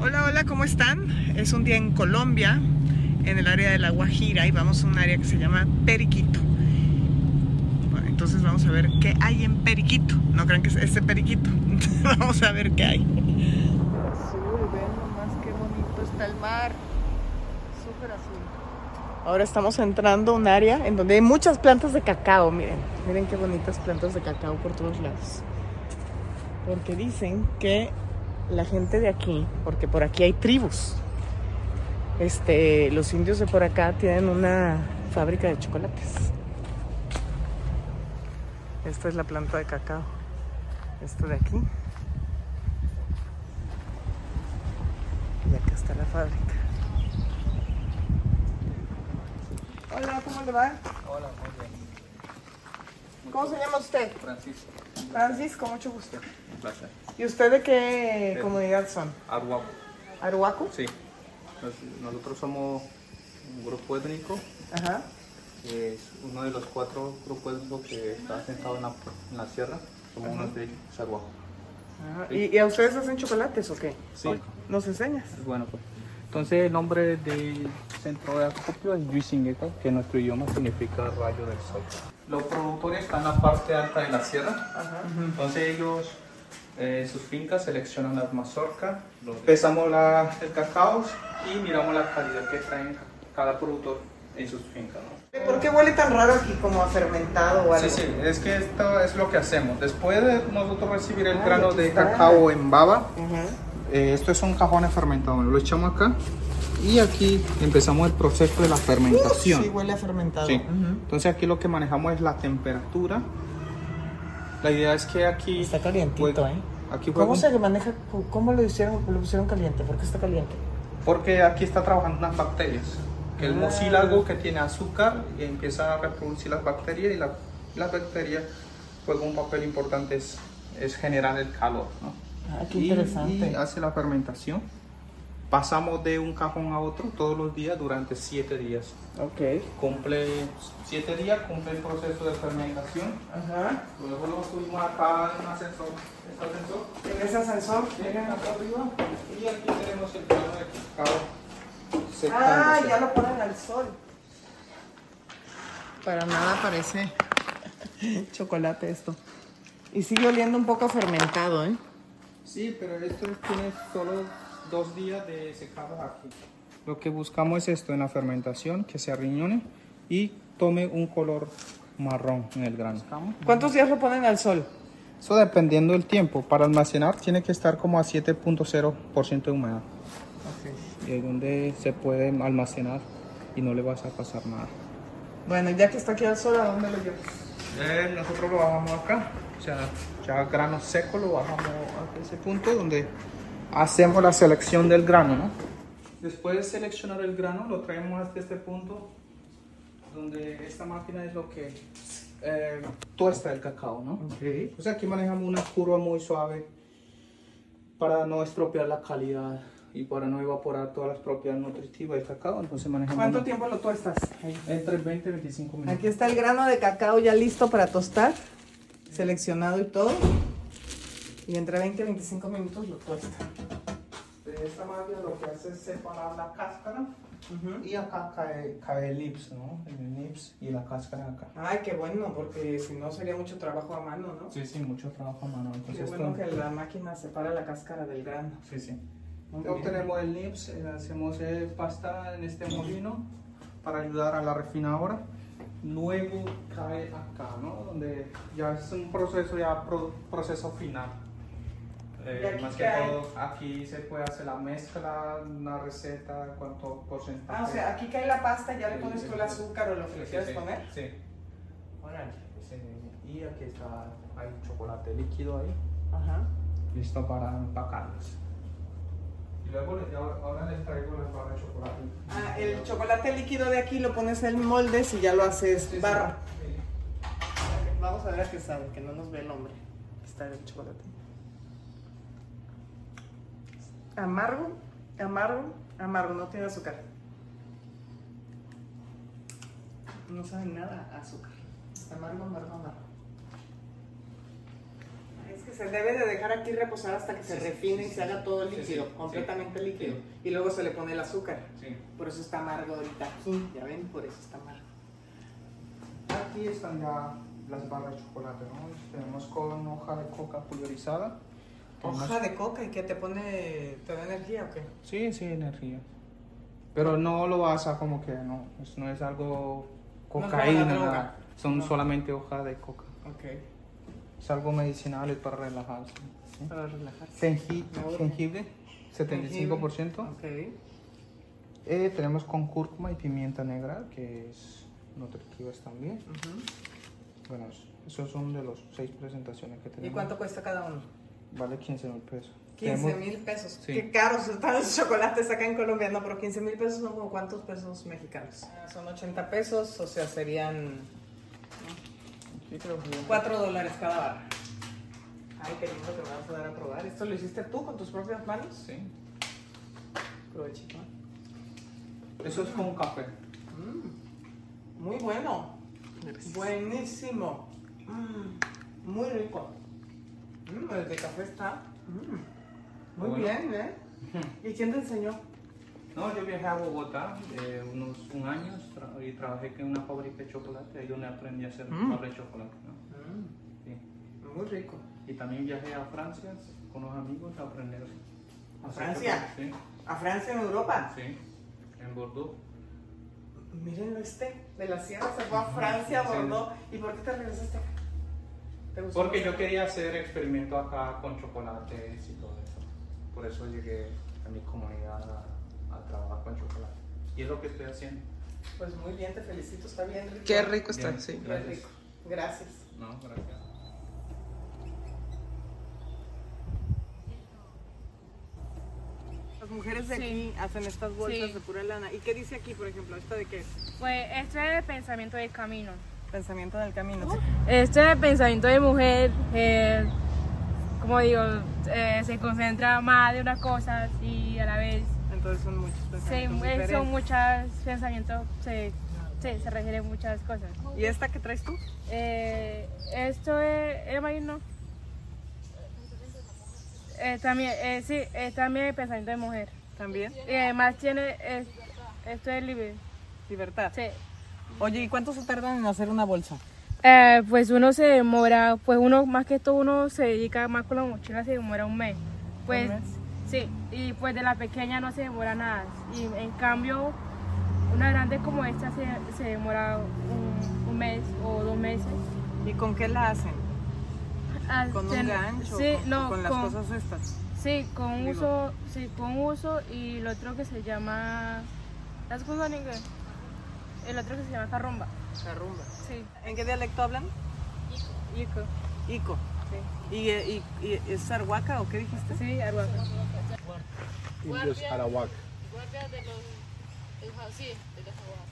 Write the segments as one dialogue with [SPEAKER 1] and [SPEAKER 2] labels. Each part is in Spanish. [SPEAKER 1] Hola, hola, ¿cómo están? Es un día en Colombia, en el área de La Guajira, y vamos a un área que se llama Periquito. Bueno, entonces vamos a ver qué hay en Periquito. No crean que es este Periquito. vamos a ver qué hay. Sí, vean nomás qué bonito está el mar. Súper azul. Ahora estamos entrando a un área en donde hay muchas plantas de cacao, miren. Miren qué bonitas plantas de cacao por todos lados. Porque dicen que la gente de aquí, porque por aquí hay tribus. Este, los indios de por acá tienen una fábrica de chocolates. Esta es la planta de cacao. Esto de aquí. Y acá está la fábrica. Hola, ¿cómo le va?
[SPEAKER 2] Hola, muy bien.
[SPEAKER 1] ¿Cómo se llama usted?
[SPEAKER 2] Francisco,
[SPEAKER 1] Francisco, mucho gusto.
[SPEAKER 2] un placer.
[SPEAKER 1] ¿Y usted de qué comunidad son?
[SPEAKER 2] Aruaco,
[SPEAKER 1] ¿Aruaco?
[SPEAKER 2] sí. Nos- Nosotros somos un grupo étnico,
[SPEAKER 1] Ajá.
[SPEAKER 2] que es uno de los cuatro grupos étnicos que está sentado en la, en la sierra. Somos unos de Aruaco.
[SPEAKER 1] Ah, ¿Y, y a ustedes hacen chocolates o qué?
[SPEAKER 2] Sí.
[SPEAKER 1] ¿Nos enseñas?
[SPEAKER 2] Bueno, pues. Entonces el nombre del centro de acopio es Yuisingeca, que en nuestro idioma significa rayo del sol. Los productores están en la parte alta de la sierra,
[SPEAKER 1] Ajá.
[SPEAKER 2] entonces ellos eh, en sus fincas seleccionan las mazorcas, los- pesamos la- el cacao y miramos la calidad que traen cada productor en sus fincas. ¿no?
[SPEAKER 1] ¿Por qué huele tan raro aquí como a fermentado o algo?
[SPEAKER 2] Sí, sí, es que esto es lo que hacemos. Después de nosotros recibir el
[SPEAKER 1] Ay,
[SPEAKER 2] grano
[SPEAKER 1] aquí
[SPEAKER 2] de
[SPEAKER 1] está.
[SPEAKER 2] cacao en baba,
[SPEAKER 1] Ajá.
[SPEAKER 2] Eh, estos son cajones fermentados, lo echamos acá y aquí empezamos el proceso de la fermentación.
[SPEAKER 1] Sí, huele a fermentado.
[SPEAKER 2] Sí.
[SPEAKER 1] Ujú.
[SPEAKER 2] Entonces aquí lo que manejamos es la temperatura. La idea es que aquí
[SPEAKER 1] Está calientito,
[SPEAKER 2] juega-
[SPEAKER 1] ¿eh?
[SPEAKER 2] Aquí juega
[SPEAKER 1] ¿Cómo
[SPEAKER 2] un-
[SPEAKER 1] se maneja? ¿Cómo lo hicieron? ¿Lo pusieron caliente? ¿Por qué está caliente?
[SPEAKER 2] porque aquí está trabajando unas bacterias. Que el
[SPEAKER 1] Ah.
[SPEAKER 2] mucílago que tiene azúcar y empieza a reproducir las bacterias y la- las bacterias juegan un papel importante es, es generar el calor. ¿no?
[SPEAKER 1] Ah, qué
[SPEAKER 2] y,
[SPEAKER 1] interesante.
[SPEAKER 2] y hace la fermentación. Pasamos de un cajón a otro todos los días durante 7 días.
[SPEAKER 1] Ok.
[SPEAKER 2] Cumple 7 días, cumple el proceso de fermentación.
[SPEAKER 1] Ajá.
[SPEAKER 2] Luego lo subimos acá en un ascensor. Este ascensor.
[SPEAKER 1] En ese ascensor.
[SPEAKER 2] Llegan acá arriba y aquí tenemos el plano de cacao.
[SPEAKER 1] Ah,
[SPEAKER 2] secándose.
[SPEAKER 1] ya lo ponen al sol. Para nada parece chocolate esto. Y sigue oliendo un poco fermentado, ¿eh?
[SPEAKER 2] Sí, pero esto tiene solo dos días de secado aquí. Lo que buscamos es esto en la fermentación, que se arriñone y tome un color marrón en el grano.
[SPEAKER 1] ¿Cuántos días lo ponen al sol?
[SPEAKER 2] Eso dependiendo del tiempo. Para almacenar tiene que estar como a 7.0% de humedad, eh, donde se puede almacenar y no le vas a pasar nada.
[SPEAKER 1] Bueno, ya que está aquí al sol, ¿a dónde lo llevas?
[SPEAKER 2] Eh, nosotros lo bajamos acá, o sea, ya grano seco lo bajamos a ese punto donde hacemos la selección del grano, ¿no? Después de seleccionar el grano, lo traemos hasta este punto donde esta máquina es lo que eh, tuesta el cacao, ¿no?
[SPEAKER 1] Ok.
[SPEAKER 2] O sea, aquí manejamos una curva muy suave para no estropear la calidad y para no evaporar todas las propiedades nutritivas del cacao, entonces manejamos
[SPEAKER 1] ¿Cuánto
[SPEAKER 2] una-
[SPEAKER 1] tiempo lo tuestas?
[SPEAKER 2] entre 20 y 25 minutos.
[SPEAKER 1] Aquí está el grano de cacao ya listo para tostar, seleccionado y todo. Y entre 20 y 25 minutos lo tuesta.
[SPEAKER 2] Esta máquina lo que hace es separar la cáscara y acá cae, cae el lips, ¿no? El lips y la cáscara acá.
[SPEAKER 1] Ay, qué bueno, porque si no sería mucho trabajo a mano, ¿no?
[SPEAKER 2] Sí, sí, mucho trabajo a mano.
[SPEAKER 1] Qué
[SPEAKER 2] Entonces,
[SPEAKER 1] bueno
[SPEAKER 2] esto-
[SPEAKER 1] que la máquina separa la cáscara del grano.
[SPEAKER 2] Sí, sí.
[SPEAKER 1] Muy bien.
[SPEAKER 2] Obtenemos el lips, eh, hacemos eh, pasta en este molino para ayudar a la refinadora. Luego cae acá, ¿no? Donde ya es un proceso, ya pro- proceso final. Eh,
[SPEAKER 1] Y aquí
[SPEAKER 2] más que
[SPEAKER 1] cae.
[SPEAKER 2] todo, aquí se puede hacer la mezcla, una receta, cuánto porcentaje.
[SPEAKER 1] Ah, o sea, aquí cae la pasta, ya le pones tú el azúcar o lo que
[SPEAKER 2] Sí,
[SPEAKER 1] le
[SPEAKER 2] sí,
[SPEAKER 1] quieras
[SPEAKER 2] sí.
[SPEAKER 1] poner.
[SPEAKER 2] Sí. Sí, Y aquí está, hay chocolate líquido ahí,
[SPEAKER 1] Ajá.
[SPEAKER 2] listo para empacarlos. Y luego le- ahora- ahora les traigo las barras de chocolate.
[SPEAKER 1] Ah, el chocolate líquido de aquí lo pones en moldes y ya lo haces
[SPEAKER 2] Sí, sí.
[SPEAKER 1] barra.
[SPEAKER 2] Sí.
[SPEAKER 1] Vamos a ver a qué sabe, que no nos ve el hombre. Está el chocolate. Amargo, amargo, amargo, no tiene azúcar. No sabe nada a azúcar. Amargo, amargo, amargo. Ay, Es que se debe de dejar aquí reposar hasta que se
[SPEAKER 2] Sí, sí,
[SPEAKER 1] refine
[SPEAKER 2] sí,
[SPEAKER 1] y
[SPEAKER 2] sí.
[SPEAKER 1] se haga todo
[SPEAKER 2] Sí,
[SPEAKER 1] líquido,
[SPEAKER 2] sí, sí.
[SPEAKER 1] completamente líquido.
[SPEAKER 2] Sí.
[SPEAKER 1] Y luego se le pone el azúcar.
[SPEAKER 2] Sí.
[SPEAKER 1] Por eso está amargo ahorita aquí, ya ven, por eso está amargo.
[SPEAKER 2] Aquí están ya las barras de chocolate, ¿no? Tenemos con hoja de coca pulverizada.
[SPEAKER 1] Hoja de coca y que te pone, te da energía o qué?
[SPEAKER 2] Sí, sí, energía. Pero no lo vas a como que, no, es- no es
[SPEAKER 1] No
[SPEAKER 2] algo
[SPEAKER 1] es una
[SPEAKER 2] cocaína,
[SPEAKER 1] droga.
[SPEAKER 2] nada. son
[SPEAKER 1] No.
[SPEAKER 2] solamente hoja de coca.
[SPEAKER 1] Ok,
[SPEAKER 2] Es algo medicinal y para relajarse. ¿sí?
[SPEAKER 1] para relajarse.
[SPEAKER 2] Genji-
[SPEAKER 1] Me urge.
[SPEAKER 2] jengibre, 75%.
[SPEAKER 1] Ok.
[SPEAKER 2] Eh, tenemos con cúrcuma y pimienta negra, que es nutritivas también.
[SPEAKER 1] ujú.
[SPEAKER 2] Bueno, es- esos son de los seis presentaciones que tenemos.
[SPEAKER 1] ¿Y cuánto cuesta cada uno?
[SPEAKER 2] Vale 15 mil pesos.
[SPEAKER 1] 15
[SPEAKER 2] Tenemos-
[SPEAKER 1] mil pesos.
[SPEAKER 2] Sí.
[SPEAKER 1] Qué caros están los chocolates acá en Colombia. No, pero 15 mil pesos son como cuántos pesos mexicanos. Ah, Son 80 pesos, o sea, serían
[SPEAKER 2] Sí, creo que-
[SPEAKER 1] 4 dólares cada barra. Ay, qué lindo que me vas a dar a probar. ¿Esto lo hiciste tú con tus propias manos?
[SPEAKER 2] Sí.
[SPEAKER 1] Provechito.
[SPEAKER 2] Eso es con café.
[SPEAKER 1] Mm, muy bueno. Buenísimo. Mm, muy rico. Mm, el de café está. mm, muy
[SPEAKER 2] Bueno.
[SPEAKER 1] bien, ¿eh? ¿Y quién te enseñó?
[SPEAKER 2] No, yo viajé a Bogotá eh, unos un año tra- y trabajé en una fábrica de chocolate, ahí donde aprendí a hacer
[SPEAKER 1] Mm.
[SPEAKER 2] barra de chocolate. ¿no? Sí.
[SPEAKER 1] muy rico.
[SPEAKER 2] Y también viajé a Francia con unos amigos a aprender.
[SPEAKER 1] ¿A
[SPEAKER 2] hacer
[SPEAKER 1] Francia?
[SPEAKER 2] chocolate,
[SPEAKER 1] A Francia, en Europa.
[SPEAKER 2] Sí, sí, en Bordeaux.
[SPEAKER 1] Mírenlo este, de la sierra se fue a Francia,
[SPEAKER 2] Sí.
[SPEAKER 1] Bordeaux. ¿Y por qué te regresaste acá? ¿Te gustó?
[SPEAKER 2] Porque yo quería hacer experimentos acá con chocolates y todo eso. Por eso llegué a mi comunidad a, a trabajar con chocolate. Y es lo que estoy haciendo.
[SPEAKER 1] Pues muy bien, te felicito, está bien rico.
[SPEAKER 3] Qué rico está,
[SPEAKER 2] Bien,
[SPEAKER 3] sí.
[SPEAKER 1] Qué
[SPEAKER 2] gracias.
[SPEAKER 1] rico. Gracias.
[SPEAKER 2] No, gracias.
[SPEAKER 1] Las mujeres de
[SPEAKER 4] Sí.
[SPEAKER 1] aquí hacen estas bolsas
[SPEAKER 4] Sí.
[SPEAKER 1] de pura lana. ¿Y qué dice aquí, por ejemplo? ¿Esta de qué es?
[SPEAKER 4] Pues esto es pensamiento del camino.
[SPEAKER 1] Pensamiento del camino.
[SPEAKER 4] Esto es pensamiento de mujer. eh, como digo, eh, se concentra más de una cosa y a la vez
[SPEAKER 1] Entonces son muchos
[SPEAKER 4] se-
[SPEAKER 1] pensamientos
[SPEAKER 4] eh,
[SPEAKER 1] diferentes.
[SPEAKER 4] son muchos pensamientos, se, sí, se refieren muchas cosas.
[SPEAKER 1] ¿Y esta que traes tú?
[SPEAKER 4] Eh, esto es el marino. Eh, también, eh, sí, es también el pensamiento de mujer.
[SPEAKER 1] También.
[SPEAKER 4] Y además tiene, es- esto es libre.
[SPEAKER 1] Libertad.
[SPEAKER 4] Sí.
[SPEAKER 1] Oye, ¿y cuánto se tardan en hacer una bolsa?
[SPEAKER 4] Eh, pues uno se demora, pues uno más que todo uno se dedica más con la mochila, se demora un mes. Pues
[SPEAKER 1] ¿Un mes?
[SPEAKER 4] sí, y pues de la pequeña no se demora nada. Y en cambio, una grande como esta se, se demora un, un mes o dos meses.
[SPEAKER 1] ¿Y con qué la hacen?
[SPEAKER 4] Ah,
[SPEAKER 1] ¿Con
[SPEAKER 4] se-
[SPEAKER 1] un gancho?
[SPEAKER 4] Sí,
[SPEAKER 1] ¿Con,
[SPEAKER 4] no,
[SPEAKER 1] con las cosas estas?
[SPEAKER 4] Sí, con
[SPEAKER 1] Digo.
[SPEAKER 4] uso, sí, con uso y el otro que se llama. ¿Las cosas en inglés? El otro que se llama carromba.
[SPEAKER 1] La rumba.
[SPEAKER 4] Sí,
[SPEAKER 1] ¿En qué dialecto hablan?
[SPEAKER 4] Ico.
[SPEAKER 1] Ico. ¿Y, eh, y, y- es Arhuaca o qué dijiste?
[SPEAKER 4] Sí, arhuaca.
[SPEAKER 5] indios Arawak.
[SPEAKER 6] guardia de los del ja- sí, de los jaguares.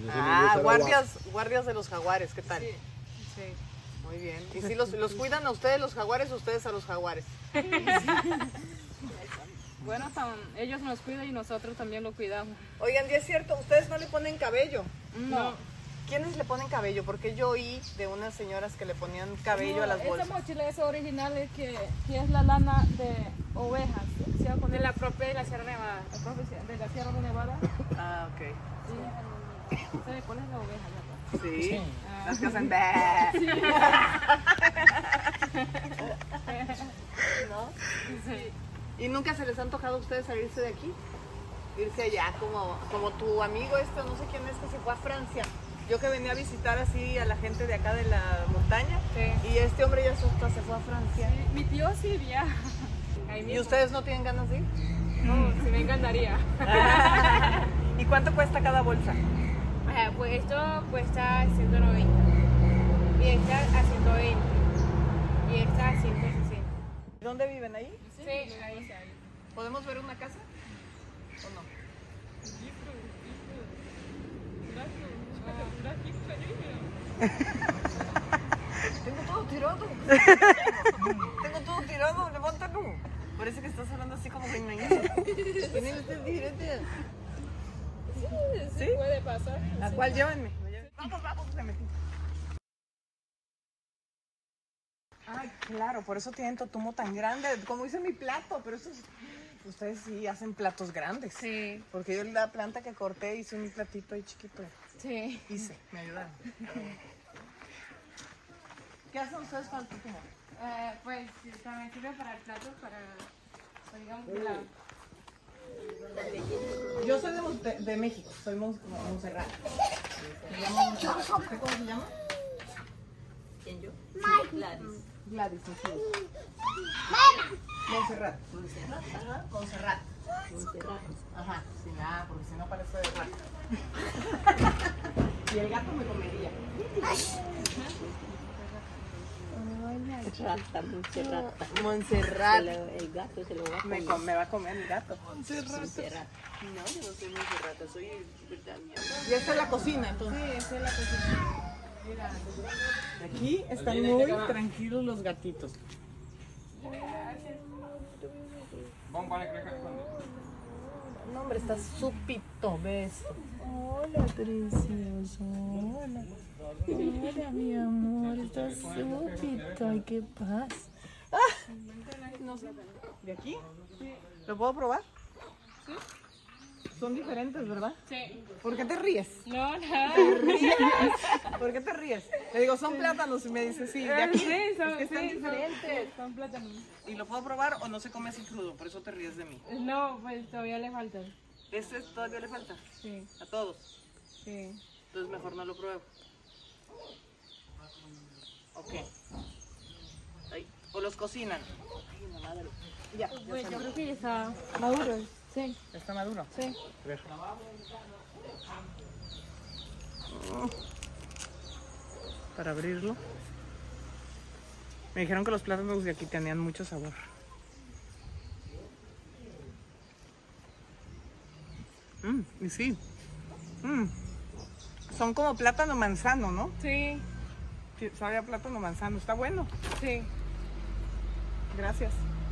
[SPEAKER 5] Ellos son
[SPEAKER 1] Ah,
[SPEAKER 5] indios Arawak.
[SPEAKER 1] guardias, guardias de los jaguares, ¿qué tal? Muy bien. ¿Y si los, los cuidan a ustedes los jaguares o ustedes a los jaguares?
[SPEAKER 6] Bueno, tan- ellos nos cuidan y nosotros también lo cuidamos.
[SPEAKER 1] Oigan, y es cierto, ustedes no le ponen cabello.
[SPEAKER 6] No.
[SPEAKER 1] ¿Quiénes le ponen cabello? Porque yo oí de unas señoras que le ponían cabello a las bolsas.
[SPEAKER 6] mochila es original de que, que es la lana de ovejas, o sea, con- de la propia de la Sierra Nevada, la propia de la Sierra Nevada,
[SPEAKER 1] Ah, ok.
[SPEAKER 6] y se le ponen las ovejas. ¿verdad?
[SPEAKER 1] Sí.
[SPEAKER 6] Ah,
[SPEAKER 1] Las que hacen "Bee". ¿No? ¿Y nunca se les ha antojado a ustedes salirse de aquí? Irse allá, como, como tu amigo este, no sé quién es, que se fue a Francia. Yo que venía a visitar así a la gente de acá de la montaña.
[SPEAKER 6] Sí.
[SPEAKER 1] Y este hombre ya se fue- se fue a Francia.
[SPEAKER 6] Sí, Mi tío sí viaja. Ahí
[SPEAKER 1] ¿Y
[SPEAKER 6] mismo.
[SPEAKER 1] ustedes no tienen ganas de ir?
[SPEAKER 6] No, sí me encantaría. Ah,
[SPEAKER 1] ¿Y cuánto cuesta cada bolsa?
[SPEAKER 4] Ajá, pues esto cuesta 190 y esta a 120 y esta a 160.
[SPEAKER 1] ¿Dónde viven ahí?
[SPEAKER 4] Sí, ahí
[SPEAKER 1] ¿Podemos ver una casa? ¿O no? Tengo todo tirado. Tengo todo tirado, levántalo. Parece que estás hablando así como engañado.
[SPEAKER 6] sí puede pasar.
[SPEAKER 1] ¿A cuál llévenme? Vamos, vamos, me metí.
[SPEAKER 3] Ah, claro, por eso tienen totumo tan grande. Como dice mi plato, pero eso es- ustedes sí hacen platos grandes.
[SPEAKER 4] Sí,
[SPEAKER 3] Porque yo la planta que corté hice un platito ahí chiquito.
[SPEAKER 4] sí.
[SPEAKER 3] Hice, me ayudaron. ¿Qué hacen ustedes con el totumo?
[SPEAKER 4] Eh, pues sí, también sirve para el plato, para, para, digamos, que la-
[SPEAKER 3] Yo soy de, Mon- de- de México, soy Mon- Montserrat. Me llamo Montserrat. ¿Cómo se llama?
[SPEAKER 7] ¿Quién yo? Gladys.
[SPEAKER 3] Gladys, mi tío. Montserrat. Ajá, Montserrat.
[SPEAKER 7] Montserrat.
[SPEAKER 3] Ajá, sin nada, porque si no parece de rato. y el gato me comería.
[SPEAKER 7] Rata, Montserrat.
[SPEAKER 3] Montserrat.
[SPEAKER 7] Se lo- El gato se lo va a
[SPEAKER 3] Me,
[SPEAKER 7] comer.
[SPEAKER 3] com- me va a comer mi gato.
[SPEAKER 7] Montserrat. No, yo no soy Montserrat, soy verdad mi amor.
[SPEAKER 3] Y esta es la cocina, entonces. Sí, esta es la cocina. Aquí están muy tranquilos los gatitos. No, hombre, está supito, ves. Hola, precioso. Hola. Hola, mi amor, está supito. Ay, qué paz. Ah. ¿De aquí? ¿Lo puedo probar? Sí. Son diferentes, ¿verdad?
[SPEAKER 4] Sí.
[SPEAKER 3] ¿Por qué te ríes?
[SPEAKER 4] No, nada.
[SPEAKER 3] ¿Por qué te ríes? Le digo, son plátanos y me dice, sí, de aquí.
[SPEAKER 4] Sí, son,
[SPEAKER 3] Es que están
[SPEAKER 4] sí, son-
[SPEAKER 3] diferentes.
[SPEAKER 4] Son plátanos.
[SPEAKER 3] ¿Y lo puedo probar o no se come así crudo? Por eso te ríes de mí.
[SPEAKER 4] No, pues todavía le faltan.
[SPEAKER 3] ¿Este es- todavía le falta?
[SPEAKER 4] Sí,
[SPEAKER 3] A todos.
[SPEAKER 4] sí.
[SPEAKER 3] Entonces mejor no lo pruebo. Ok. Ay, o los cocinan. Ay, la madre. Ya, ya
[SPEAKER 4] Pues
[SPEAKER 3] está
[SPEAKER 4] yo
[SPEAKER 3] maduro.
[SPEAKER 4] creo que ya está maduro. Sí,
[SPEAKER 3] ¿Ya está maduro.
[SPEAKER 4] sí.
[SPEAKER 3] Para abrirlo. Me dijeron que los plátanos de aquí tenían mucho sabor. Mm, y sí. Mm. Son como plátano manzano, ¿no?
[SPEAKER 4] Sí,
[SPEAKER 3] Sí, Sabe a plátano manzano, está bueno.
[SPEAKER 4] sí.
[SPEAKER 3] Gracias.